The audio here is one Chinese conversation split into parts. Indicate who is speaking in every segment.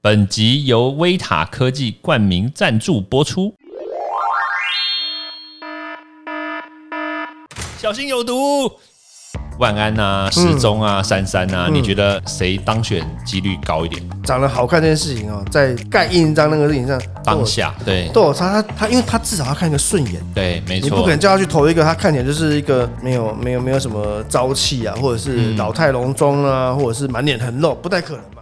Speaker 1: 本集由威塔科技冠名赞助播出。小心有毒！万安
Speaker 2: 嗯
Speaker 1: 啊，时钟啊，珊珊啊，你觉得谁当选几率高一点？
Speaker 2: 长得好看这件事情哦，在盖印章那个事情上，
Speaker 1: 当下对
Speaker 2: 都有差。他他，因为他至少要看一个顺眼，
Speaker 1: 对，没
Speaker 2: 你不
Speaker 1: 错
Speaker 2: 可，能叫他去投一个他看起来就是一个没有没有没有什么朝气啊，或者
Speaker 1: 嗯
Speaker 2: 是老态龙钟啊，或者是满脸横肉，不太可能嘛。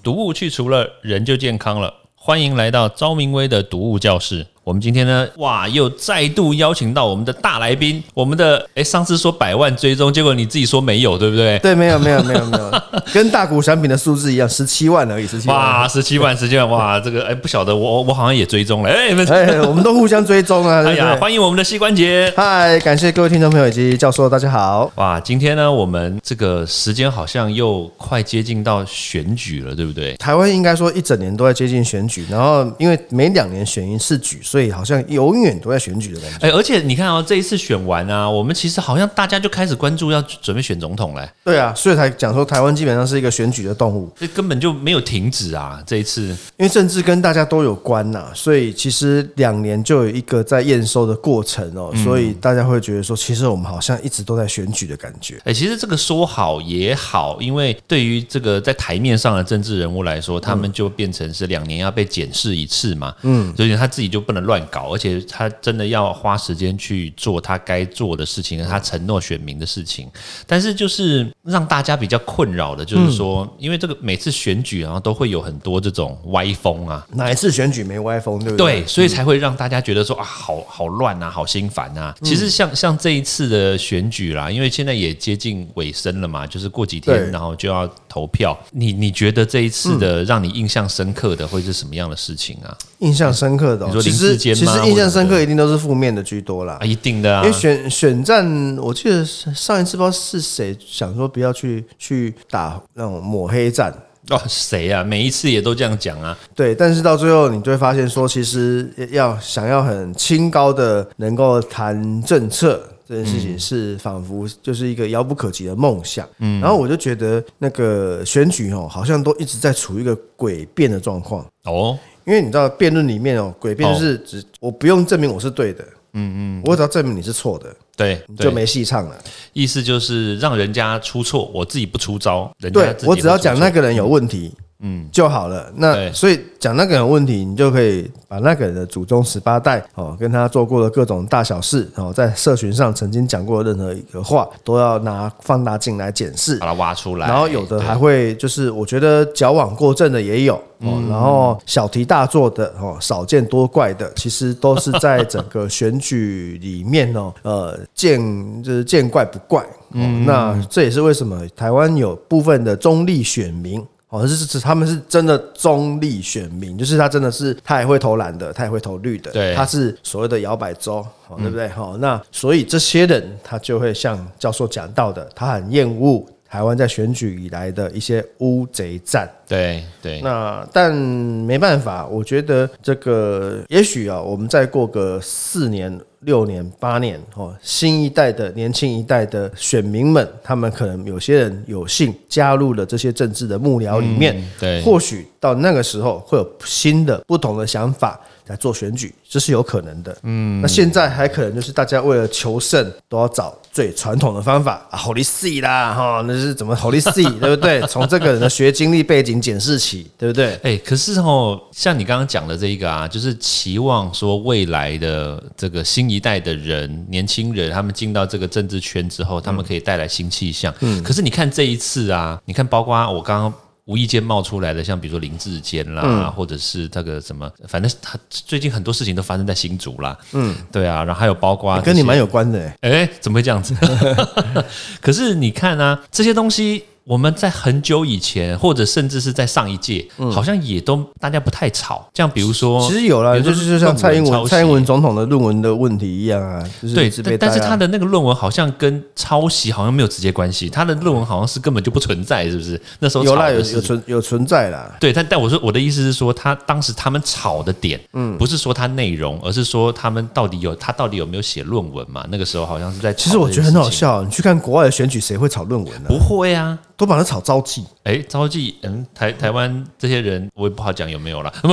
Speaker 1: 毒物去除了，人就健康了。欢迎来到昭明威的毒物教室。我们今天呢，哇，又再度邀请到我们的大来宾，我们的哎，上次说百万追踪，结果你自己说没有，对不对？
Speaker 2: 对，没有没有没有没 有，跟大股产品的数字一样，十七万而已，十七万。
Speaker 1: 哇，十七万，十七万，哇，这个哎，不晓得，我我我好像也追踪了，哎，
Speaker 2: 哎，我们都互相追踪啊，
Speaker 1: 哎
Speaker 2: 对不
Speaker 1: 呀，
Speaker 2: 对？
Speaker 1: 欢迎我们的膝关节。
Speaker 2: 嗨，感谢各位听众朋友以及教授，大家好。
Speaker 1: 哇，今天呢，我们这个时间好像又快接近到选举了，对不对？
Speaker 2: 台湾应该说一整年都在接近选举，然后因为每两年选一次举，所以好像永远都在选举的感觉。
Speaker 1: 哎，而且你看哦，这一次选完啊，我们其实好像大家就开始关注要准备选总统嘞，
Speaker 2: 对啊，所以才讲说台湾基本上是一个选举的动物，
Speaker 1: 这哎根本就没有停止啊！这一次，
Speaker 2: 因为政治跟大家都有关呐、所以其实两年就有一个在验收的过程哦，
Speaker 1: 嗯
Speaker 2: 所以大家会觉得说，其实我们好像一直都在选举的感觉。
Speaker 1: 哎，其实这个说好也好，因为对于这个在台面上的政治人物来说，他们就变成是两年要被检视一次嘛，嗯，所以他自己就不能乱搞，而且他真的要花时间去做他该做的事情，他承诺选民的事情。但是就是让大家比较困扰的，就是说，因为这个每次选举然后都会有很多这种歪风啊，
Speaker 2: 哪一次选举没歪风，对不对？嗯
Speaker 1: 对，所以才会让大家觉得说啊，好好乱啊，好心烦啊。
Speaker 2: 嗯
Speaker 1: 其实像像这一次的选举啦，因为现在也接近尾声了嘛，就是过几天
Speaker 2: 对嗯
Speaker 1: 然后就要投票。你你觉得这一次的让你印象深刻的会是什么样的事情啊？
Speaker 2: 印象深刻的、哦
Speaker 1: 你，说
Speaker 2: 其
Speaker 1: 林
Speaker 2: 实
Speaker 1: 志
Speaker 2: 其
Speaker 1: 坚
Speaker 2: 实
Speaker 1: 吗
Speaker 2: 印象深刻一定都是负面的居多啦
Speaker 1: 啊，。一定的啊
Speaker 2: 因为，选选战，我记得上一次不知道是谁想说不要去去打那种抹黑战，
Speaker 1: 哦，谁啊？每一次也都这样讲啊。
Speaker 2: 对，但是到最后你就会发现说，其实要想要很清高的能够谈政策。这件事情是仿佛就是一个遥不可及的梦想，嗯，然后我就觉得那个选举哦，好像都一直在处于一个诡辩的状况，
Speaker 1: 哦，
Speaker 2: 因为你知道辩论里面哦，诡辩就是指我不用证明我是对的，嗯嗯，我只要证明你是错的，
Speaker 1: 对
Speaker 2: 你就
Speaker 1: 对，
Speaker 2: 没戏唱了。
Speaker 1: 意思就是让人家出错，我自己不出招，人家
Speaker 2: 对
Speaker 1: 自己
Speaker 2: 我只
Speaker 1: 会
Speaker 2: 要
Speaker 1: 出
Speaker 2: 讲
Speaker 1: 错
Speaker 2: 那个人有问题，嗯，就好了。那
Speaker 1: 对
Speaker 2: 所以讲那个人有问题，你就可以把那个人的祖宗十八代哦，跟他做过的各种大小事哦，在社群上曾经讲过的任何一个话，都要拿放大镜来检视
Speaker 1: 把。它挖出来，
Speaker 2: 然后有的
Speaker 1: 对
Speaker 2: 还会就是，我觉得矫枉过正的也有哦，
Speaker 1: 嗯
Speaker 2: 然后小题大做的哦，少见多怪的，其实都是在整个选举里面哦，呃，见就是见怪不怪。哦，那这也是为什么台湾有部分的中立选民。哦，是是，他们是真的中立选民，就是他真的是他也会投蓝的，他也会投绿的，
Speaker 1: 对
Speaker 2: 他是所谓的摇摆州，哦对不对？好、那所以这些人他就会像教授讲到的，他很厌恶台湾在选举以来的一些乌贼战。
Speaker 1: 对对
Speaker 2: 那但没办法，我觉得这个也许啊，我们再过个四年、六年、八年哦，新一代的年轻一代的选民们，他们可能有些人有幸加入了这些政治的幕僚里面，
Speaker 1: 嗯对，
Speaker 2: 或许到那个时候会有新的、不同的想法来做选举，这是有可能的。嗯，那现在还可能就是大家为了求胜，都要找最传统的方法啊，Holy See 啦，哈，那是怎么 Holy See，对不对？从这个人的学经历背景检视起，对不对？
Speaker 1: 哎、可是哦，像你刚刚讲的这一个啊，就是期望说未来的这个新一代的人、年轻人，他们进到这个政治圈之后，他们可以带来新气象。嗯，可是你看这一次啊，你看包括我刚刚。无意间冒出来的，像比如说林志坚啦，
Speaker 2: 嗯
Speaker 1: 或者是那个什么，反正他最近很多事情都发生在新竹啦。嗯，对啊，然后还有包括
Speaker 2: 跟
Speaker 1: 这
Speaker 2: 你
Speaker 1: 些
Speaker 2: 蛮有关的、欸，
Speaker 1: 哎、怎么会这样子？ 可是你看啊，这些东西我们在很久以前，或者甚至是在上一届，好像也都大家不太吵。像比如说，
Speaker 2: 嗯其实有啦，
Speaker 1: 比如
Speaker 2: 就
Speaker 1: 说
Speaker 2: 是就像
Speaker 1: 论
Speaker 2: 蔡英
Speaker 1: 抄
Speaker 2: 文
Speaker 1: 袭
Speaker 2: 蔡英文总统的论文的问题一样啊，就是
Speaker 1: 对
Speaker 2: 一直，
Speaker 1: 但
Speaker 2: 被啊
Speaker 1: 但是
Speaker 2: 大家
Speaker 1: 他的那个论文好像跟抄袭好像没有直接关系，他的论文好像是根本就不存在，是不是？那时候
Speaker 2: 有
Speaker 1: 吵
Speaker 2: 啦
Speaker 1: 的
Speaker 2: 有
Speaker 1: 是
Speaker 2: 有存有存在啦，
Speaker 1: 对，但但我说我的意思是说，他当时他们吵的点，嗯，不是说他内容，而是说他们到底有他到底有没有写论文嘛？那个时候好像是在吵
Speaker 2: 其实我
Speaker 1: 这
Speaker 2: 觉
Speaker 1: 件
Speaker 2: 得很
Speaker 1: 事
Speaker 2: 好啊
Speaker 1: 情
Speaker 2: 笑，你去看国外的选举，谁会炒论文呢、
Speaker 1: 不会啊，
Speaker 2: 都把它炒糟气。
Speaker 1: 哎，招妓，嗯，台台湾这些人我也不好讲有没有啦。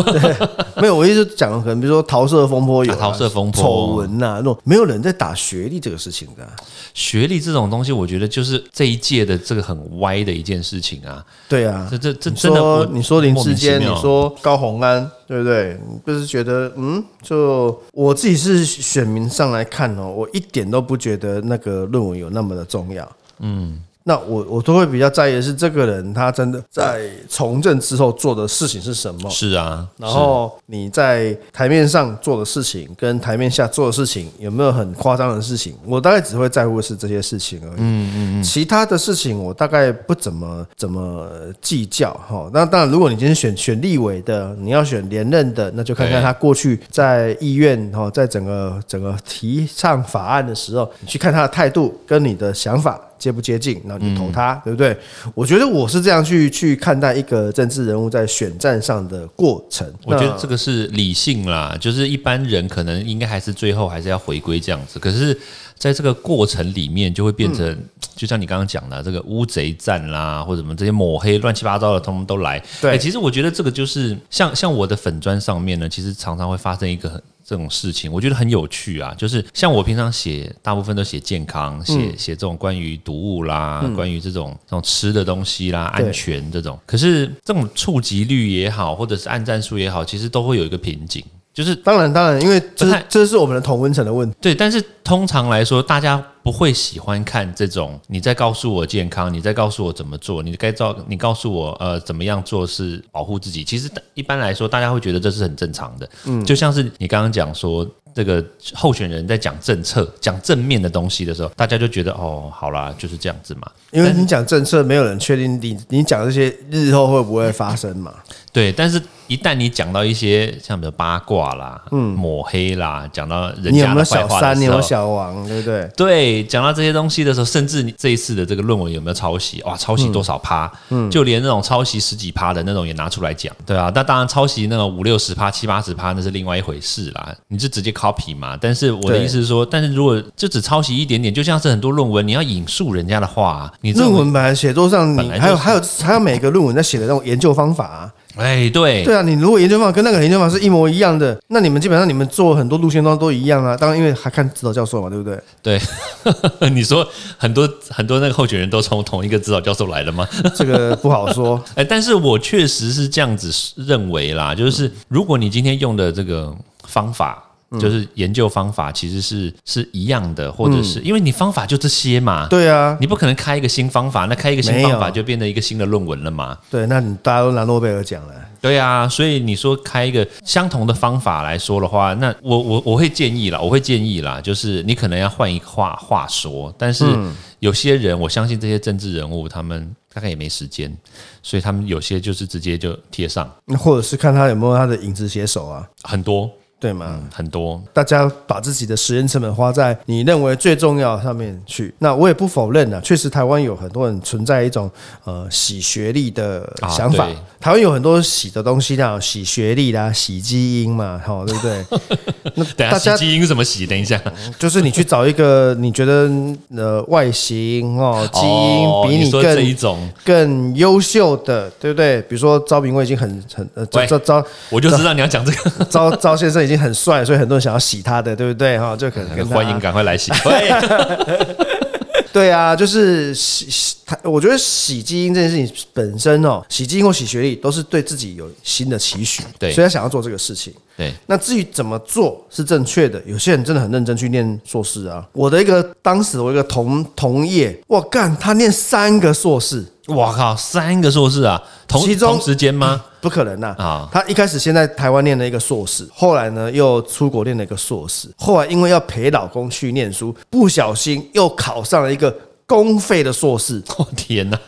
Speaker 2: 没有，我意思讲可能比如说桃色风波有啊、
Speaker 1: 啊桃色风波
Speaker 2: 丑闻啊呐，那种没有人在打学历这个事情的啊、
Speaker 1: 学历这种东西，我觉得就是这一届的这个很歪的一件事情啊。
Speaker 2: 对啊，
Speaker 1: 这这这
Speaker 2: 你
Speaker 1: 真的
Speaker 2: 说
Speaker 1: 我，
Speaker 2: 你说林
Speaker 1: 莫
Speaker 2: 志坚，
Speaker 1: 名其
Speaker 2: 你
Speaker 1: 妙
Speaker 2: 说高洪安，对不对？你就是觉得，嗯，就我自己是选民上来看哦，我一点都不觉得那个论文有那么的重要。嗯，那我我都会比较在意的是，这个人他真的在从政之后做的事情是什么。
Speaker 1: 是啊，
Speaker 2: 然后你在台面上做的事情跟台面下做的事情有没有很夸张的事情？我大概只会在乎的是这些事情而已。嗯嗯嗯，其他的事情我大概不怎么怎么计较哈。那当然，如果你今天选选立委的，你要选连任的，那就看看
Speaker 1: 对
Speaker 2: 他啊过去在议院哈，在整个整个提倡法案的时候，你去看他的态度跟你的想法。接不接近，那你就投他，
Speaker 1: 嗯
Speaker 2: 对不对？我觉得我是这样去去看待一个政治人物在选战上的过程。
Speaker 1: 我觉得
Speaker 2: 那
Speaker 1: 这个是理性啦，就是一般人可能应该还是最后还是要回归这样子。可是，在这个过程里面，就会变成、
Speaker 2: 嗯
Speaker 1: 就像你刚刚讲的这个乌贼战啦，或者什么这些抹黑乱七八糟的，通通都来。
Speaker 2: 对
Speaker 1: 哎其实我觉得这个就是像像我的粉砖上面呢，其实常常会发生一个很。这种事情我觉得很有趣啊，就是像我平常写，大部分都写健康，写
Speaker 2: 嗯
Speaker 1: 写、这种关于毒物啦，关于这种这种吃的东西啦，
Speaker 2: 对
Speaker 1: 安全这种。可是这种触及率也好，或者是按赞数也好，其实都会有一个瓶颈，就是
Speaker 2: 当然，当然，因为这
Speaker 1: 不
Speaker 2: 是
Speaker 1: 太
Speaker 2: 这是我们的同温层的问题。
Speaker 1: 对，但是通常来说，大家不会喜欢看这种你在告诉我健康，你在告诉我怎么做，你该照你告诉我呃怎么样做是保护自己。其实一般来说，大家会觉得这是很正常的。嗯，就像是你刚刚讲说。这个候选人在讲政策、讲正面的东西的时候，大家就觉得哦，好啦，就是这样子嘛。
Speaker 2: 因为你讲政策，没有人确定你你讲这些日后会不会发生嘛？
Speaker 1: 对，但是一旦你讲到一些像比如八卦啦、抹黑啦，讲到人
Speaker 2: 嗯你有
Speaker 1: 家
Speaker 2: 没有
Speaker 1: 的坏
Speaker 2: 小
Speaker 1: 话
Speaker 2: 三？
Speaker 1: 的
Speaker 2: 你
Speaker 1: 时
Speaker 2: 有没
Speaker 1: 候
Speaker 2: 有，小王？对不对？
Speaker 1: 对，讲到这些东西的时候，甚至你这一次的这个论文有没有抄袭？哇，抄
Speaker 2: 嗯
Speaker 1: 袭多少趴？就连那种抄袭十几趴的那种也拿出来讲，对啊。那当然，抄袭那种五六十趴、七八十趴那是另外一回事啦，你是直接 copy 嘛。但是我的
Speaker 2: 对
Speaker 1: 意思是说，但是如果就只抄袭一点点，就像是很多论文，你要引述人家的话啊，你这
Speaker 2: 论
Speaker 1: 种
Speaker 2: 文本来写作上，
Speaker 1: 本
Speaker 2: 你
Speaker 1: 来就是
Speaker 2: 还有还有还有每个论文在写的那种研究方法啊、
Speaker 1: 哎，对，
Speaker 2: 对啊，你如果研究方法跟那个研究方法是一模一样的，那你们基本上你们做很多路线都都一样啊。当然，因为还看指导教授嘛，对 不对？
Speaker 1: 对， 你说很多很多那个候选人都从同一个指导教授来的吗？
Speaker 2: 这个不好 说。
Speaker 1: 哎，但是我确实是这样子认为啦，就是如果你今天用的这个方法。
Speaker 2: 嗯
Speaker 1: 就是研究方法其实是是一样的，或者是、因为你方法就这些嘛，
Speaker 2: 嗯对啊，
Speaker 1: 你不可能开一个新方法，那开一个新
Speaker 2: 没有
Speaker 1: 方法就变成一个新的论文了嘛。
Speaker 2: 对，那你大家都拿诺贝尔奖了。
Speaker 1: 对啊，所以你说开一个相同的方法来说的话，那我我我会建议啦，我会建议啦，就是你可能要换一个话话说，但是
Speaker 2: 嗯
Speaker 1: 有些人，我相信这些政治人物，他们大概也没时间，所以他们有些就是直接就贴上
Speaker 2: 那或者是看他有没有他的影子写手啊，
Speaker 1: 很多
Speaker 2: 对吗？
Speaker 1: 很多，
Speaker 2: 大家把自己的时间成本花在你认为最重要的上面去。那我也不否认啊，确实台湾有很多人存在一种呃洗学历的
Speaker 1: 啊
Speaker 2: 想法。
Speaker 1: 对
Speaker 2: 台湾有很多洗的东西啦，洗学历啦，洗基因嘛，好，对不对？
Speaker 1: 等
Speaker 2: 大
Speaker 1: 一
Speaker 2: 家
Speaker 1: 下洗基因怎么洗？等一下，
Speaker 2: 就是你去找一个你觉得呃外形哦基
Speaker 1: 哦
Speaker 2: 因比
Speaker 1: 你说
Speaker 2: 更、
Speaker 1: 这一种，
Speaker 2: 更优秀的，对不对？比如说招炳贵已经很很呃招
Speaker 1: 喂
Speaker 2: 招招
Speaker 1: 我就知道你要讲这 个，
Speaker 2: 招招先生已经很帅，所以很多人想要洗他的，对不对？哈，就可能跟他
Speaker 1: 欢迎赶快来洗。 喂
Speaker 2: 对啊，就是洗洗，他我觉得洗基因这件事情本身哦，洗基因或洗学历都是对自己有新的期许，
Speaker 1: 对
Speaker 2: 所以他想要做这个事情。
Speaker 1: 对，
Speaker 2: 那至于怎么做是正确的，有些人真的很认真去念硕士啊。我的一个当时我一个同同业，我干，他念三个硕士，
Speaker 1: 我靠，三个硕士啊，同
Speaker 2: 其中
Speaker 1: 同时间吗？
Speaker 2: 不可能呐、
Speaker 1: 啊
Speaker 2: 他一开始先在台湾念了一个硕士，后来呢又出国念了一个硕士，后来因为要陪老公去念书，不小心又考上了一个公费的硕士。
Speaker 1: 我、哦天 哪、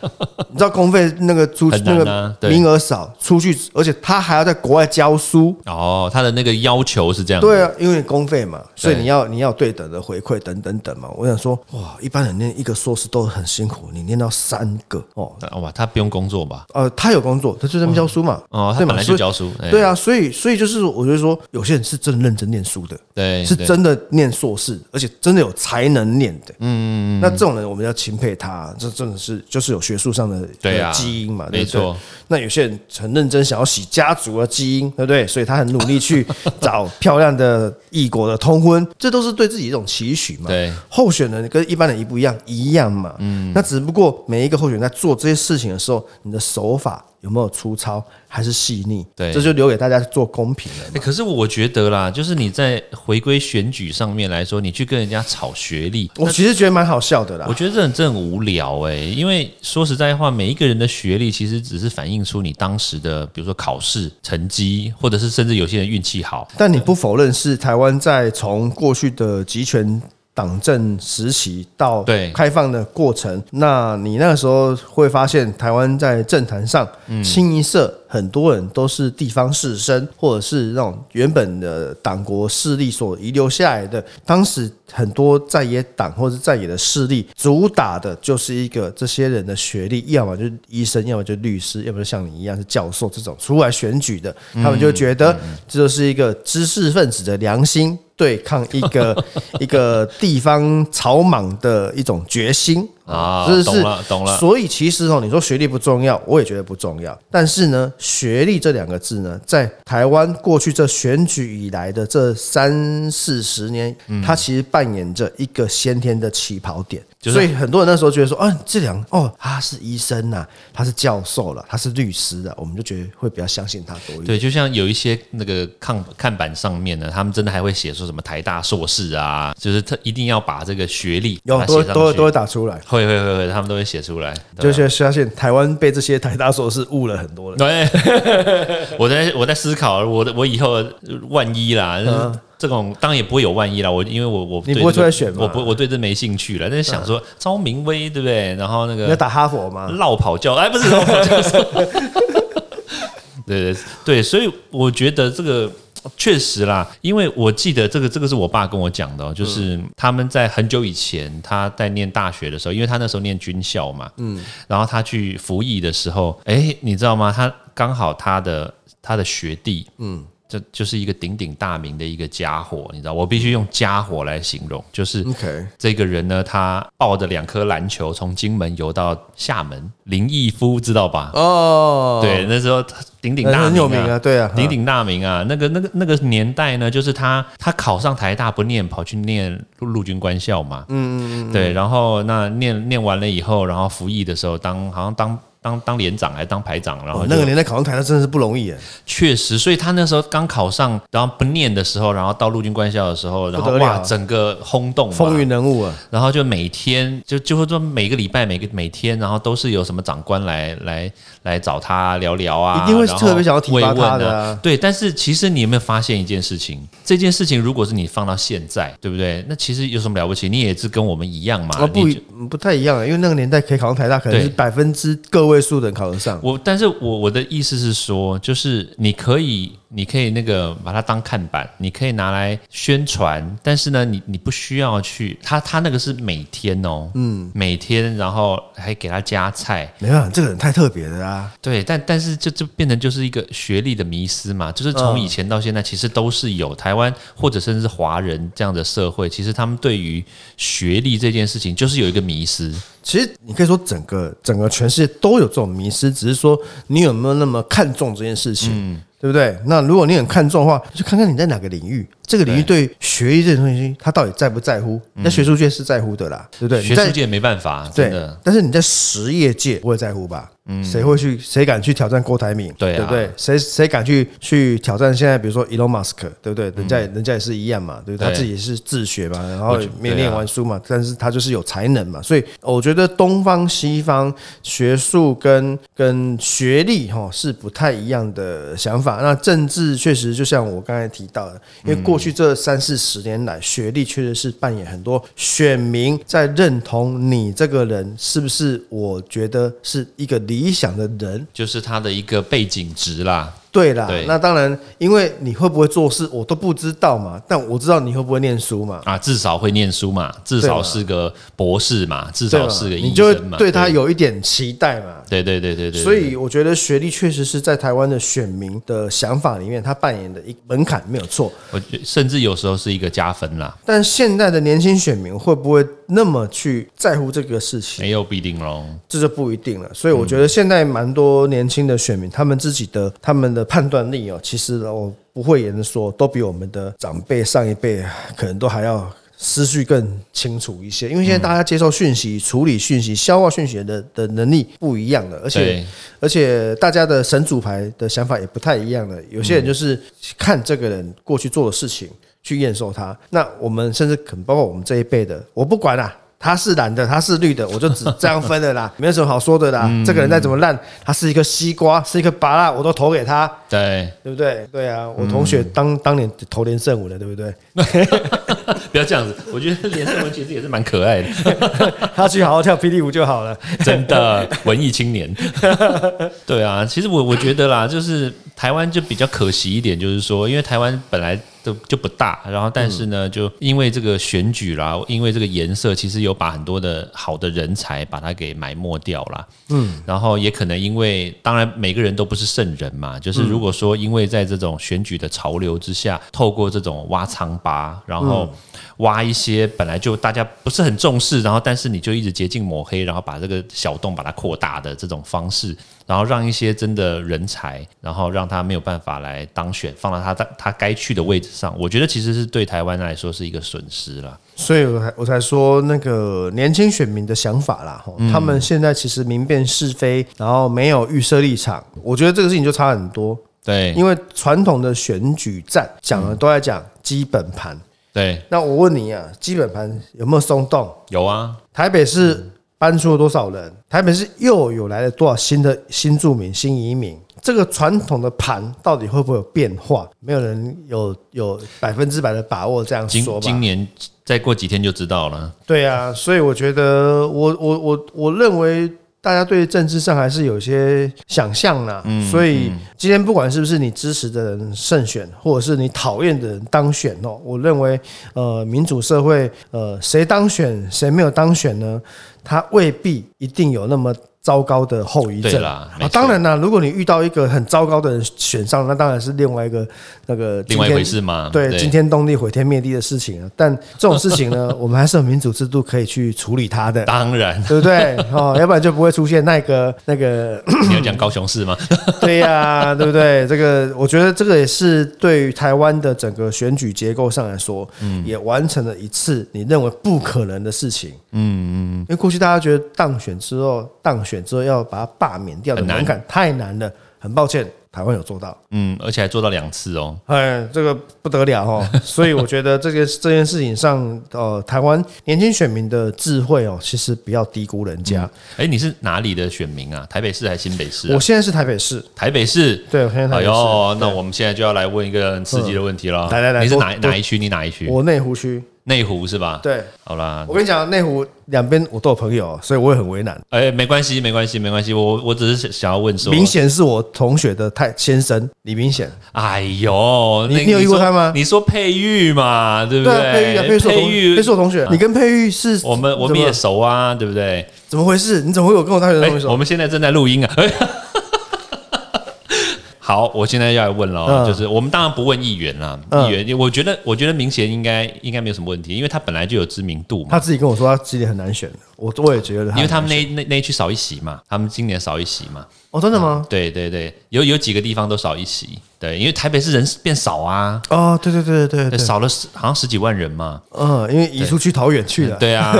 Speaker 2: 你知道公费那个出、
Speaker 1: 很
Speaker 2: 那
Speaker 1: 难啊
Speaker 2: 个
Speaker 1: 对
Speaker 2: 名额少，出去，而且他还要在国外教书。
Speaker 1: 哦，他的那个要求是这样的，
Speaker 2: 对啊，因为你公费嘛，所以
Speaker 1: 对
Speaker 2: 你要你要对等的回馈等等等嘛。我想说，哇，一般人念一个硕士都很辛苦，你念到三个哦。
Speaker 1: 啊哇，他不用工作吧？
Speaker 2: 呃，他有工作，他就在那边教书嘛。
Speaker 1: 哦，他
Speaker 2: 对嘛
Speaker 1: 本来
Speaker 2: 所
Speaker 1: 就
Speaker 2: 以
Speaker 1: 教书，哎
Speaker 2: 对啊，所以所以就是，我就说，有些人是真的认真念书的，
Speaker 1: 哎对，
Speaker 2: 是
Speaker 1: 对嗯
Speaker 2: 真的念硕士，而且真的有才能念的。嗯，那这种人我们要钦佩他，这真的是就是有学术上的
Speaker 1: 对啊
Speaker 2: 的基因嘛，对
Speaker 1: 没
Speaker 2: 不对
Speaker 1: 错。
Speaker 2: 那有些人很认真想要洗家族的基因，对不对？所以他很努力去找漂亮的异国的通婚， 这都是对自己一种期许嘛。
Speaker 1: 对，
Speaker 2: 候选人跟一般人一不一样，一样嘛。嗯，那只不过每一个候选人在做这些事情的时候，你的手法有没有粗糙，还是细腻？
Speaker 1: 对
Speaker 2: 这就留给大家做公平了嘛。
Speaker 1: 欸可是我觉得啦，就是你在回归选举上面来说，你去跟人家炒学历，
Speaker 2: 我其实觉得蛮好笑的啦
Speaker 1: 我。觉得这很这很无聊哎、因为说实在话，每一个人的学历其实只是反映出你当时的，比如说考试成绩，或者是甚至有些人运气好。
Speaker 2: 但你不否认是台湾在从过去的集权党政时期到
Speaker 1: 对
Speaker 2: 开放的过程，那你那个时候会发现台湾在政坛上，清一色很多人都是地方士绅，或者是那种原本的党国势力所遗留下来的。当时很多在野党或者在野的势力主打的就是一个这些人的学历，要么就是医生，要么就是律师，要么就像你一样是教授这种出来选举的，他们就觉得这就是一个知识分子的良心。对抗一 个一个地方草莽的一种决心
Speaker 1: 啊
Speaker 2: 哦这
Speaker 1: 懂
Speaker 2: 是
Speaker 1: 了懂了
Speaker 2: 所以其实哦，你说学历不重要，我也觉得不重要。但是呢，学历这两个字呢，在台湾过去这选举以来的这三四十年，
Speaker 1: 嗯
Speaker 2: 它其实扮演着一个先天的起跑点。
Speaker 1: 就是
Speaker 2: 所以很多人那时候觉得说，啊，这两哦，他是医生呐、他是教授了，他是律师啊的，我们就觉得会比较相信他多一点。
Speaker 1: 对，就像有一些那个看看板上面呢，他们真的还会写说什么台大硕士啊，就是他一定要把这个学历
Speaker 2: 有
Speaker 1: 把它
Speaker 2: 都
Speaker 1: 写
Speaker 2: 会
Speaker 1: 上
Speaker 2: 都会
Speaker 1: 去
Speaker 2: 都会打出来，
Speaker 1: 会会会会，他们都会写出来。对
Speaker 2: 就
Speaker 1: 啊
Speaker 2: 是相信台湾被这些台大硕士误了很多人。
Speaker 1: 对， 我在我在思考，我的我以后万一啦，这种当然也不会有万一啦。我因为我我
Speaker 2: 嗯你
Speaker 1: 对
Speaker 2: 不会
Speaker 1: 这个
Speaker 2: 出来选嗯吗
Speaker 1: 我不我对这没兴趣了。但是想说招明威对不对？然后那
Speaker 2: 你要
Speaker 1: 个
Speaker 2: 打哈佛吗？
Speaker 1: 绕跑教哎，不是绕跑教授， 对对对，所以我觉得这个。确实啦，因为我记得这个，这个是我爸跟我讲的、哦，就是他们在很久以前，他在念大学的时候，因为他那时候念军校嘛，嗯，然后他去服役的时候，哎，你知道吗？他刚好他的他的学弟，嗯，这就是一个鼎鼎大名的一个家伙，你知道，我必须用家伙来形容，就是
Speaker 2: OK
Speaker 1: 这个人呢，他抱着两颗篮球从金门游到厦门，林毅夫知道吧？
Speaker 2: 哦，
Speaker 1: 对，那时候他鼎鼎大名、
Speaker 2: 很有名 啊，对啊，
Speaker 1: 鼎鼎大名啊！那个、那个、那个年代呢，就是他他考上台大不念，跑去念陆陆军官校嘛。嗯嗯嗯。对，然后那念念完了以后，然后服役的时候当好像当当当连长还是当排长，然后
Speaker 2: 哦，
Speaker 1: 就
Speaker 2: 那个年代考上台大真的是不容易耶，
Speaker 1: 确实，所以他那时候刚考上，然后不念的时候，然后到陆军官校的时候，然后
Speaker 2: 不得
Speaker 1: 哇，
Speaker 2: 了
Speaker 1: 整个轰动嘛
Speaker 2: 风云人物啊，
Speaker 1: 然后就每天就就会说每个礼拜每个每天，然后都是有什么长官来来来找他聊聊啊，
Speaker 2: 一定会
Speaker 1: 然后
Speaker 2: 特别想要提拔
Speaker 1: 慰问
Speaker 2: 他的啊
Speaker 1: 对，但是其实你有没有发现一件事情？这件事情如果是你放到现在，对不对？那其实有什么了不起？你也是跟我们一样嘛。
Speaker 2: 啊不
Speaker 1: 你
Speaker 2: 一
Speaker 1: 就
Speaker 2: 不太一样，因为那个年代可以考上台大，可能是
Speaker 1: 对
Speaker 2: 百分之个位数的人考得上。
Speaker 1: 我，但是我我的意思是说，就是你可以，你可以那个把它当看板，你可以拿来宣传，但是呢，你你不需要去，他他那个是每天哦，嗯，每天，然后还给他加菜，
Speaker 2: 没办法，这个人太特别了啊！
Speaker 1: 对，但但是这就变成就是一个学历的迷失嘛，就是从
Speaker 2: 嗯
Speaker 1: 以前到现在，其实都是有台湾或者甚至是华人这样的社会，其实他们对于学历这件事情就是有一个迷失。
Speaker 2: 其实你可以说整个整个全世界都有这种迷失，只是说你有没有那么看重这件事情，对不对？那如果你很看重的话，就看看你在哪个领域，这个领域对学历这种东西，他到底在不在乎？那学术界是在乎的啦，对不对？你
Speaker 1: 学
Speaker 2: 在
Speaker 1: 术界没办法，真
Speaker 2: 对
Speaker 1: 的，
Speaker 2: 但是你在实业界不会在乎吧？嗯，谁会去？谁敢去挑战郭台铭？
Speaker 1: 对啊
Speaker 2: 对不对？谁谁敢去去挑战现在比如说 Elon Musk，对不对？人家、人家也是一样嘛，对不对？
Speaker 1: 嗯对
Speaker 2: 他自己也是自学嘛，然后
Speaker 1: 我觉对
Speaker 2: 没
Speaker 1: 啊
Speaker 2: 念完书嘛，但是他就是有才能嘛，所以我觉得东方西方学术跟跟学历哈是不太一样的想法。那政治确实就像我刚才提到的，因为过去这三四十年来，学历确实是扮演很多选民在认同你这个人是不是，我觉得是一个理想的人，
Speaker 1: 就是他的一个背景值啦。
Speaker 2: 对啦，
Speaker 1: 对
Speaker 2: 那当然，因为你会不会做事我都不知道嘛，但我知道你会不会念书嘛，
Speaker 1: 啊，至少会念书嘛，至
Speaker 2: 对嘛
Speaker 1: 少是个博士嘛，至
Speaker 2: 对
Speaker 1: 少
Speaker 2: 吧？
Speaker 1: 是个
Speaker 2: 你
Speaker 1: 医
Speaker 2: 就会
Speaker 1: 生嘛，
Speaker 2: 对他，有一点期待嘛。
Speaker 1: 对对对对对，
Speaker 2: 所以我觉得学历确实是在台湾的选民的想法里面，他扮演的一门槛没有错。
Speaker 1: 我觉得甚至有时候是一个加分啦。
Speaker 2: 但现在的年轻选民会不会那么去在乎这个事情，
Speaker 1: 没有必定喽。
Speaker 2: 这就不一定了。所以我觉得现在蛮多年轻的选民，他们自己的他们的判断力哦，其实我不会言说，都比我们的长辈上一辈可能都还要。思绪更清楚一些，因为现在大家接受讯息、处理讯息、消化讯息的的能力不一样了，而且
Speaker 1: 对，
Speaker 2: 而且大家的神主牌的想法也不太一样了。有些人就是看这个人过去做的事情去验收他，那我们甚至可能包括我们这一辈的，我不管啦、他是蓝的，他是绿的，我就只这样分了啦， 没有什么好说的啦。这个人再怎么烂，他是一个西瓜，是一个拔蜡，我都投给他，
Speaker 1: 对，
Speaker 2: 对不对？对啊，我同学当、当年投连胜武了，对不对？
Speaker 1: 不要这样子。我觉得连胜文其实也是蛮可爱的，
Speaker 2: 他去好好跳霹雳舞就好了。
Speaker 1: 真的文艺青年。对啊，其实我我觉得啦，就是台湾就比较可惜一点，就是说，因为台湾本来都就不大，然后但是呢，就因为这个选举啦，因为这个颜色，其实有把很多的好的人才把它给埋没掉啦。嗯，然后也可能因为，当然每个人都不是圣人嘛，就是如果说因为在这种选举的潮流之下，透过这种挖仓疤，然后挖一些本来就大家不是很重视，然后但是你就一直竭尽抹黑，然后把这个小洞把它扩大的这种方式，然后让一些真的人才，然后让他没有办法来当选，放到他他他该去的位置上，我觉得其实是对台湾来说是一个损失啦。
Speaker 2: 所以我才我才说那个年轻选民的想法啦，吼他们现在其实明辨是非，然后没有预设立场，我觉得这个事情就差很多。
Speaker 1: 对
Speaker 2: 因为传统的选举战讲的都在讲基本盘，
Speaker 1: 对，
Speaker 2: 那我问你啊，基本盘有没有松动？
Speaker 1: 有啊，
Speaker 2: 台北市搬出了多少人？台北市又有来了多少新的新住民、新移民？这个传统的盘到底会不会有变化？没有人有有百分之百的把握这样
Speaker 1: 今
Speaker 2: 说吧。
Speaker 1: 今年再过几天就知道了。
Speaker 2: 对啊，所以我觉得我我我我认为大家对政治上还是有些想象啦。
Speaker 1: 嗯
Speaker 2: 所以今天不管是不是你支持的人胜选，或者是你讨厌的人当选哦，我认为呃民主社会呃谁当选谁没有当选呢，他未必一定有那么。糟糕的后遗
Speaker 1: 对
Speaker 2: 症
Speaker 1: 啦没错！
Speaker 2: 啊当然啦，如果你遇到一个很糟糕的人选上，那当然是另外一个那个
Speaker 1: 另外一
Speaker 2: 今
Speaker 1: 回
Speaker 2: 天
Speaker 1: 事嘛。
Speaker 2: 啊对惊天动地、毁天灭地的事情啊。但这种事情 呢，我们还是有民主制度可以去处理它的，
Speaker 1: 当然
Speaker 2: 对不对？哦，要不然就不会出现那个那个，
Speaker 1: 你要讲高雄市吗？
Speaker 2: 对呀、对不对？这个我觉得这个也是对于台湾的整个选举结构上来说，也完成了一次你认为不可能的事情。嗯嗯，因为过去大家觉得当选之后，当选之后要把它罢免掉的
Speaker 1: 很难
Speaker 2: 门槛太难了，很抱歉，台湾有做到。
Speaker 1: 嗯，而且还做到两次哦。
Speaker 2: 哎，这个不得了哦！ 所以我觉得这个这件事情上，呃，台湾年轻选民的智慧哦，其实不要低估人家。
Speaker 1: 哎，你是哪里的选民啊？台北市还是新北市、啊
Speaker 2: 我？现在是台北市，
Speaker 1: 台北市。
Speaker 2: 对，我现在台
Speaker 1: 哎
Speaker 2: 北市，
Speaker 1: 呦，那我们现在就要来问一个很刺激的问题了。
Speaker 2: 嗯来来来
Speaker 1: 你是
Speaker 2: 多
Speaker 1: 哪
Speaker 2: 多
Speaker 1: 哪一区？你哪一区？
Speaker 2: 我内湖区。
Speaker 1: 内湖是吧？，
Speaker 2: 对，
Speaker 1: 好啦
Speaker 2: 我，跟你讲，内湖两边我都有朋友哦，所以我也很为难。
Speaker 1: 哎，没关系，没关系，没关系。我我只是想要问说，
Speaker 2: 明显是我同学的太先生李明显，
Speaker 1: 哎呦，
Speaker 2: 你
Speaker 1: 那个
Speaker 2: 你有遇过他吗
Speaker 1: 你说你说佩玉嘛，对不哎
Speaker 2: 对啊，佩玉啊，佩玉是我
Speaker 1: 佩啊
Speaker 2: 同佩玉是我同学，你跟佩玉是
Speaker 1: 我们我
Speaker 2: 怎
Speaker 1: 们
Speaker 2: 么
Speaker 1: 也熟啊，对不对？
Speaker 2: 怎么回事？你怎么会有跟我大学的
Speaker 1: 哎
Speaker 2: 同学，熟
Speaker 1: 我？们现在正在录音啊。 哎好，我现在要来问了哦，
Speaker 2: 嗯
Speaker 1: 就是我们当然不问议员啦，
Speaker 2: 嗯
Speaker 1: 议员，我觉得我觉得明贤应该应该没有什么问题，因为他本来就有知名度嘛
Speaker 2: 他，自己跟我说他今年很难选，我我也觉得，
Speaker 1: 因为他们那那那一区少一席嘛，他们今年少一席嘛，
Speaker 2: 哦，真的吗？
Speaker 1: 对对对，有有几个地方都少一席，对，因为台北市人变少啊，
Speaker 2: 哦，对对对对对
Speaker 1: 对，
Speaker 2: 对，
Speaker 1: 少了十好像十几万人嘛，
Speaker 2: 嗯，因为移出去桃园去了。
Speaker 1: 对 啊，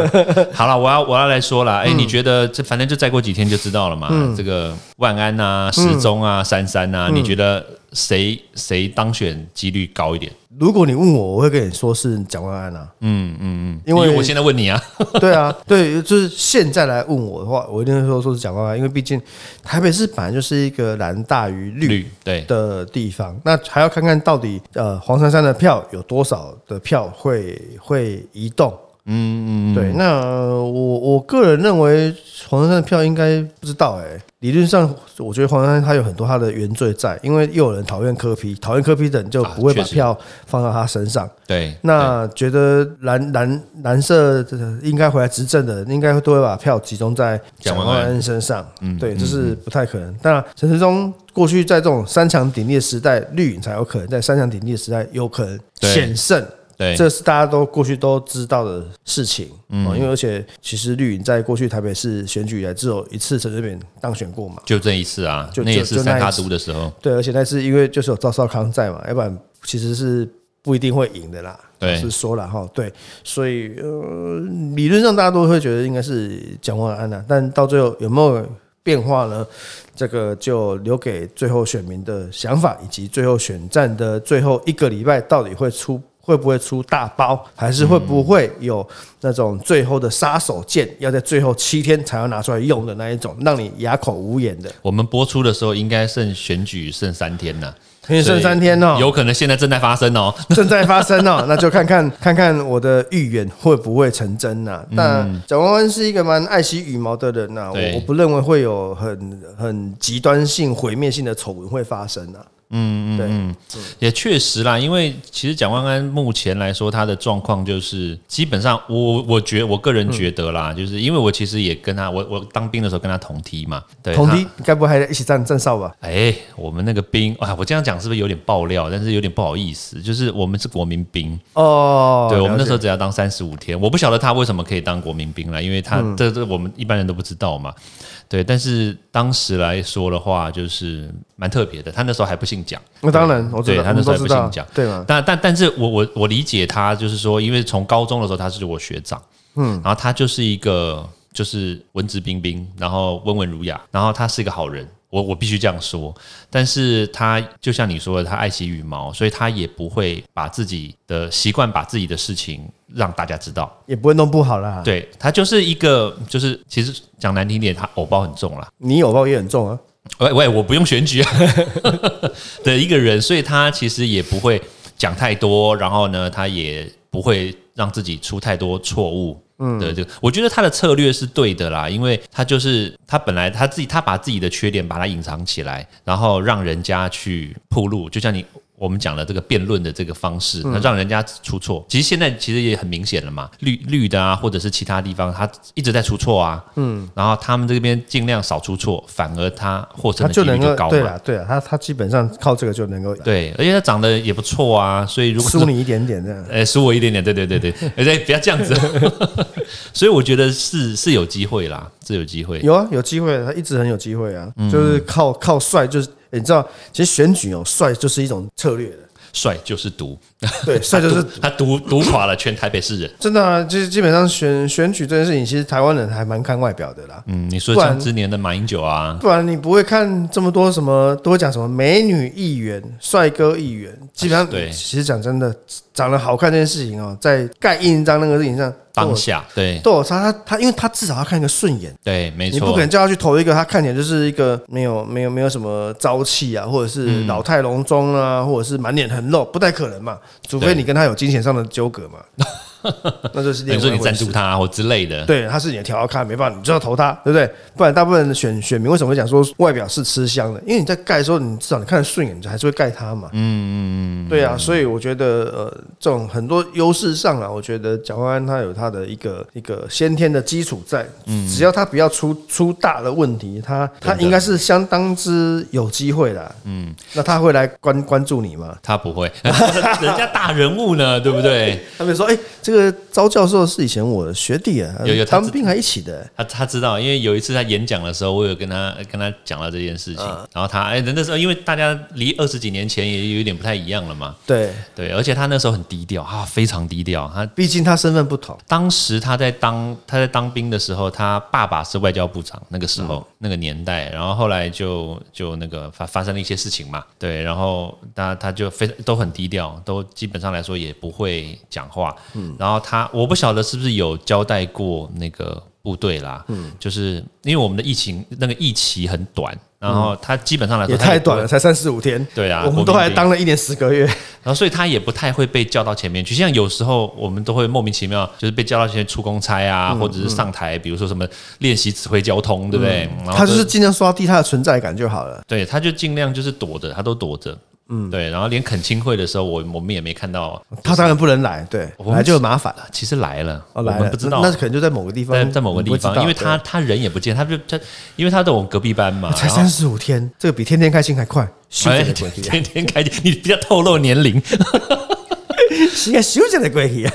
Speaker 1: 好了，我要我要来说了。哎、
Speaker 2: 嗯
Speaker 1: 你觉得这反正就再过几天就知道了嘛？这个万安
Speaker 2: 嗯
Speaker 1: 啊、时钟啊、珊珊啊，你觉得谁谁当选几率高一点？
Speaker 2: 如果你问我，我会跟你说是蒋万安啊，
Speaker 1: 嗯嗯嗯，
Speaker 2: 因为
Speaker 1: 我现在问你啊，
Speaker 2: 对啊，对，就是现在来问我的话，我一定会说说是蒋万安，因为毕竟台北市本来就是一个蓝大于绿
Speaker 1: 绿对
Speaker 2: 的地方，那还要看看到底呃黄珊珊的票有多少的票会会移动。嗯嗯，对，那我我个人认为黄珊珊的票应该不知道哎、理论上我觉得黄珊珊她有很多她的原罪在，因为又有人讨厌柯批，讨厌柯批的人就
Speaker 1: 啊
Speaker 2: 不会把
Speaker 1: 确实
Speaker 2: 票放到她身上。
Speaker 1: 对，
Speaker 2: 那觉得蓝蓝蓝色这个应该回来执政的，应该都会把票集中在
Speaker 1: 蒋
Speaker 2: 蒋
Speaker 1: 万
Speaker 2: 万
Speaker 1: 安嗯
Speaker 2: 安身上。对，这是不太可能。当然，陈时中过去在这种三强鼎立的时代，绿营才有可能在三强鼎立的时代有可能
Speaker 1: 对
Speaker 2: 险胜
Speaker 1: 对
Speaker 2: 这是大家都过去都知道的事情。嗯，因为而且其实绿营在过去台北市选举以来只有一次陈水扁当选过嘛。
Speaker 1: 就这一次啊，
Speaker 2: 就
Speaker 1: 那也是
Speaker 2: 就就那
Speaker 1: 三
Speaker 2: 一
Speaker 1: 大
Speaker 2: 次
Speaker 1: 都的时候，
Speaker 2: 对，而且那是因为就是有赵少康在嘛，要不然其实是不一定会赢的啦。
Speaker 1: 对
Speaker 2: 老实说了哈，对，所以呃，理论上大家都会觉得应该是蒋万安呐、但到最后有没有变化呢？这个就留给最后选民的想法，以及最后选战的最后一个礼拜到底会出。会不会出大包，还是
Speaker 1: 嗯
Speaker 2: 会不会有那种最后的杀手锏，要在最后七天才要拿出来用的那一种，让你哑口无言的？
Speaker 1: 我们播出的时候应该剩选举剩三天呐、
Speaker 2: 因为剩三天哦、
Speaker 1: 有可能现在正在发生哦。
Speaker 2: 正在发生哦，那就看看看看我的预言会不会成真呐、那蒋万安是一个蛮爱惜羽毛的人呐、
Speaker 1: 嗯
Speaker 2: 啊
Speaker 1: 对
Speaker 2: 我我不认为会有很很极端性、毁灭性的丑闻会发生啊。嗯嗯，对，
Speaker 1: 也确实啦，因为其实蒋万安目前来说，他的状况就是基本上我，我我觉我个人觉得
Speaker 2: 嗯
Speaker 1: 啦，就是因为我其实也跟他，我我当兵的时候跟他同梯嘛，对，
Speaker 2: 同
Speaker 1: 他
Speaker 2: 梯该不会还在一起站站哨吧？
Speaker 1: 哎、我们那个兵啊，我这样讲是不是有点爆料？但是有点不好意思，就是我们是国民兵，
Speaker 2: 哦，
Speaker 1: 对我们那时
Speaker 2: 候
Speaker 1: 候只要当三十五天，我不晓得他为什么可以当国民兵啦，因为他、
Speaker 2: 嗯
Speaker 1: 这这我们一般人都不知道嘛。对，但是当时来说的话，就是蛮特别的。他那时候还不姓蒋，
Speaker 2: 那当然我知
Speaker 1: 对
Speaker 2: 道，
Speaker 1: 他那
Speaker 2: 我们
Speaker 1: 时候还
Speaker 2: 都
Speaker 1: 不
Speaker 2: 知
Speaker 1: 姓
Speaker 2: 道
Speaker 1: 蒋，，
Speaker 2: 对嘛？
Speaker 1: 但但但是我我我理解他，就是说，因为从高中的时候他是我学长，嗯，然后他就是一个就是文质彬彬，然后温文儒雅，然后他是一个好人。我我必须这样说，但是他就像你说的，他爱惜羽毛，所以他也不会把自己的习惯把自己的事情让大家知道。
Speaker 2: 也不会弄不好啦。
Speaker 1: 对他就是一个，就是其实讲难听点，他偶包很重啦。
Speaker 2: 你有报也很重啊。
Speaker 1: 喂喂，我不用选举啊的一个人，所以他其实也不会讲太多，然后呢，他也不会让自己出太多错误。嗯，对，就我觉得他的策略是对的啦，因为他就是他本来他自己他把自己的缺点把它隐藏起来，然后让人家去铺路，就像你我们讲的这个辩论的这个方式，
Speaker 2: 嗯
Speaker 1: 那让人家出错。其实现在其实也很明显了嘛，绿绿的啊，或者是其他地方，他一直在出错啊。嗯，然后他们这边尽量少出错，反而他获胜的
Speaker 2: 他
Speaker 1: 几
Speaker 2: 就
Speaker 1: 率
Speaker 2: 能
Speaker 1: 就
Speaker 2: 够
Speaker 1: 高
Speaker 2: 对
Speaker 1: 嘛。
Speaker 2: 啦，对啦，他他基本上靠这个就能够
Speaker 1: 对，而且他长得也不错啊，所以如果是
Speaker 2: 输你一点点这样。
Speaker 1: 呃，输我一点点，对对对 对，哎、对，不要这样子。 所以我觉得是是有机会啦，是有机会。
Speaker 2: 有啊，有机会，他一直很有机会啊，
Speaker 1: 嗯
Speaker 2: 就是靠靠帅，就是、欸你知道，其实选举哦，帅就是一种策略的，
Speaker 1: 帅就是毒，
Speaker 2: 对，帅就是
Speaker 1: 他毒毒垮了全台北市人。
Speaker 2: 真的啊，就是基本上选选举这件事情，其实台湾人还蛮看外表的啦。
Speaker 1: 嗯，你说
Speaker 2: 不然
Speaker 1: 像之年的马英九啊，
Speaker 2: 不然你不会看这么多什么，都会讲什么美女议员、帅哥议员，基本上
Speaker 1: 对
Speaker 2: 其实讲真的，长得好看这件事情哦，在盖印章那个事情上，都
Speaker 1: 当
Speaker 2: 有
Speaker 1: 下对
Speaker 2: 都有差。他他，因为他至少要看一个顺眼，
Speaker 1: 对，没
Speaker 2: 你不
Speaker 1: 错
Speaker 2: 可，能叫他去投一个他看起来就是一个没有没有没有什么朝气啊，或者是老态龙钟啊，或者是满脸横肉，不太可能嘛。除非
Speaker 1: 对
Speaker 2: 你跟他有金钱上的纠葛 嘛，那就是
Speaker 1: 比
Speaker 2: 另
Speaker 1: 如说
Speaker 2: 外一
Speaker 1: 你
Speaker 2: 回
Speaker 1: 赞
Speaker 2: 事
Speaker 1: 助。他或之类的。
Speaker 2: 对，他是你的调侃，没办法，你就要投他，对不对？不然大部分选选民为什么会讲说外表是吃香的？因为你在盖的时候，你至少你看得顺眼，你还是会盖他嘛。嗯嗯嗯，对啊，所以我觉得呃，这种很多优势上啊，我觉得蒋万安他有他的一个一个先天的基础在，只要他不要出出大嗯的问题，他他应该是相当之有机会啦。嗯，那他会来关关注你吗？
Speaker 1: 他不会， 人家大人物呢，对不对？
Speaker 2: 他们说，哎、这个招教授是以前我的学弟啊，
Speaker 1: 有有他
Speaker 2: 当
Speaker 1: 知
Speaker 2: 兵还一起的、
Speaker 1: 他他知道，因为有一次他演讲的时候，我有跟他跟他讲到这件事情，
Speaker 2: 嗯
Speaker 1: 然后他哎，那时候因为大家离二十几年前也有点不太一样了嘛，
Speaker 2: 对，
Speaker 1: 对，而且他那时候很低调啊，非常低调。他
Speaker 2: 毕竟他身份不同。
Speaker 1: 当时他在当他在当兵的时候，他爸爸是外交部长，那个时候、那个年代，然后后来就就那个发发生了一些事情嘛，对，然后他他就非都很低调，都基本上来说也不会讲话，嗯，然后他我不晓得是不是有交代过那个部队啦，嗯，就是因为我们的疫情那个疫期很短，然后他基本上来说
Speaker 2: 也
Speaker 1: 他
Speaker 2: 太
Speaker 1: 不会
Speaker 2: 短了，，才三十五天。
Speaker 1: 对啊
Speaker 2: 我们都
Speaker 1: 国民
Speaker 2: 还
Speaker 1: 兵
Speaker 2: 当了一年十个月。
Speaker 1: 然后所以他也不太会被叫到前面去，像有时候我们都会莫名其妙就是被叫到前面出公差啊，
Speaker 2: 嗯
Speaker 1: 或者是上台，比如说什么练习指挥交通，对不对？然后
Speaker 2: 嗯 他就是尽量刷低他的存在感就好了。
Speaker 1: 对，他就尽量就是躲着，他都躲着。嗯，对，然后连恳亲会的时候，我我们也没看到，
Speaker 2: 他当然不能来，对，
Speaker 1: 我们
Speaker 2: 来就有麻烦了。
Speaker 1: 其实来了，
Speaker 2: 哦，
Speaker 1: 我
Speaker 2: 来了
Speaker 1: 们不知道
Speaker 2: 那那可能就在某个地方
Speaker 1: 在，在某个地
Speaker 2: 我们不知
Speaker 1: 方，
Speaker 2: 道
Speaker 1: 因为他他人也不见，他就他因为他在我们隔壁班嘛，
Speaker 2: 对 哦才
Speaker 1: 然后
Speaker 2: 三十五天，这个比天天开心还快。
Speaker 1: 哎，
Speaker 2: 哎，
Speaker 1: 天天开机，你不要透露年龄。
Speaker 2: 是啊，休息的过去啊。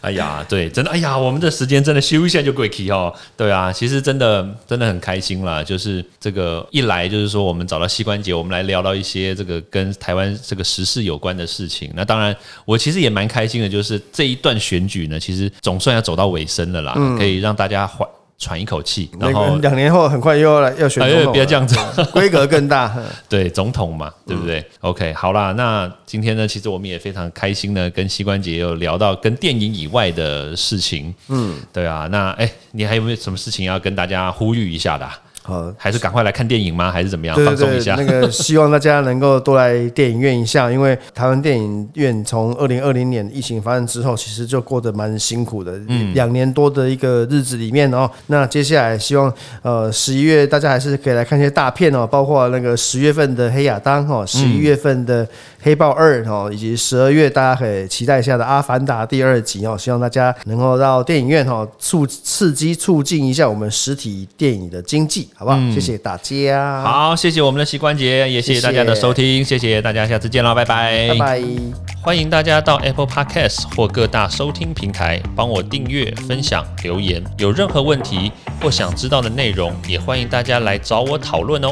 Speaker 1: 哎呀，对，真的，哎呀，我们的时间真的休一下就过去哦。对啊，其实真的真的很开心啦，就是这个一来就是说我们找到膝关节，我们来聊到一些这个跟台湾这个时事有关的事情。那当然，我其实也蛮开心的，就是这一段选举呢，其实总算要走到尾声了啦，可以让大家缓喘一口气，
Speaker 2: 那
Speaker 1: 然
Speaker 2: 个
Speaker 1: 后。
Speaker 2: 两年后很快又要来要选
Speaker 1: 哎
Speaker 2: 总统了，
Speaker 1: 不要这样子，
Speaker 2: 规格更 大。嗯
Speaker 1: 对总统嘛，对不对、o k 好啦，那今天呢，其实我们也非常开心呢，跟膝关节有聊到跟电影以外的事情。嗯，对啊，那哎，你还有没有什么事情要跟大家呼吁一下的啊、
Speaker 2: 好，
Speaker 1: 还是赶快来看电影吗？还是怎么样？
Speaker 2: 对
Speaker 1: 放松
Speaker 2: 对
Speaker 1: 一
Speaker 2: 对
Speaker 1: 下，
Speaker 2: 那个希望大家能够多来电影院一下，因为台湾电影院从二零二零年疫情发生之后，其实就过得蛮辛苦的，
Speaker 1: 嗯
Speaker 2: 两年多的一个日子里面哦。那接下来希望呃十一月大家还是可以来看一些大片哦，包括那个十月份的《黑亚当》
Speaker 1: 嗯
Speaker 2: 哦，十一月份的《黑豹二》哦，以及十二月大家可以期待一下的《阿凡达》第二集哦。希望大家能够到电影院哦，促刺激促进一下我们实体电影的经济，好不好？谢谢大家。
Speaker 1: 嗯好，谢谢我们的膝关节，也谢谢大家的收听，谢谢大家，下次见喽，
Speaker 2: 拜拜。
Speaker 1: 欢迎大家到 Apple Podcast 或各大收听平台帮我订阅、分享、留言。有任何问题或想知道的内容，也欢迎大家来找我讨论哦。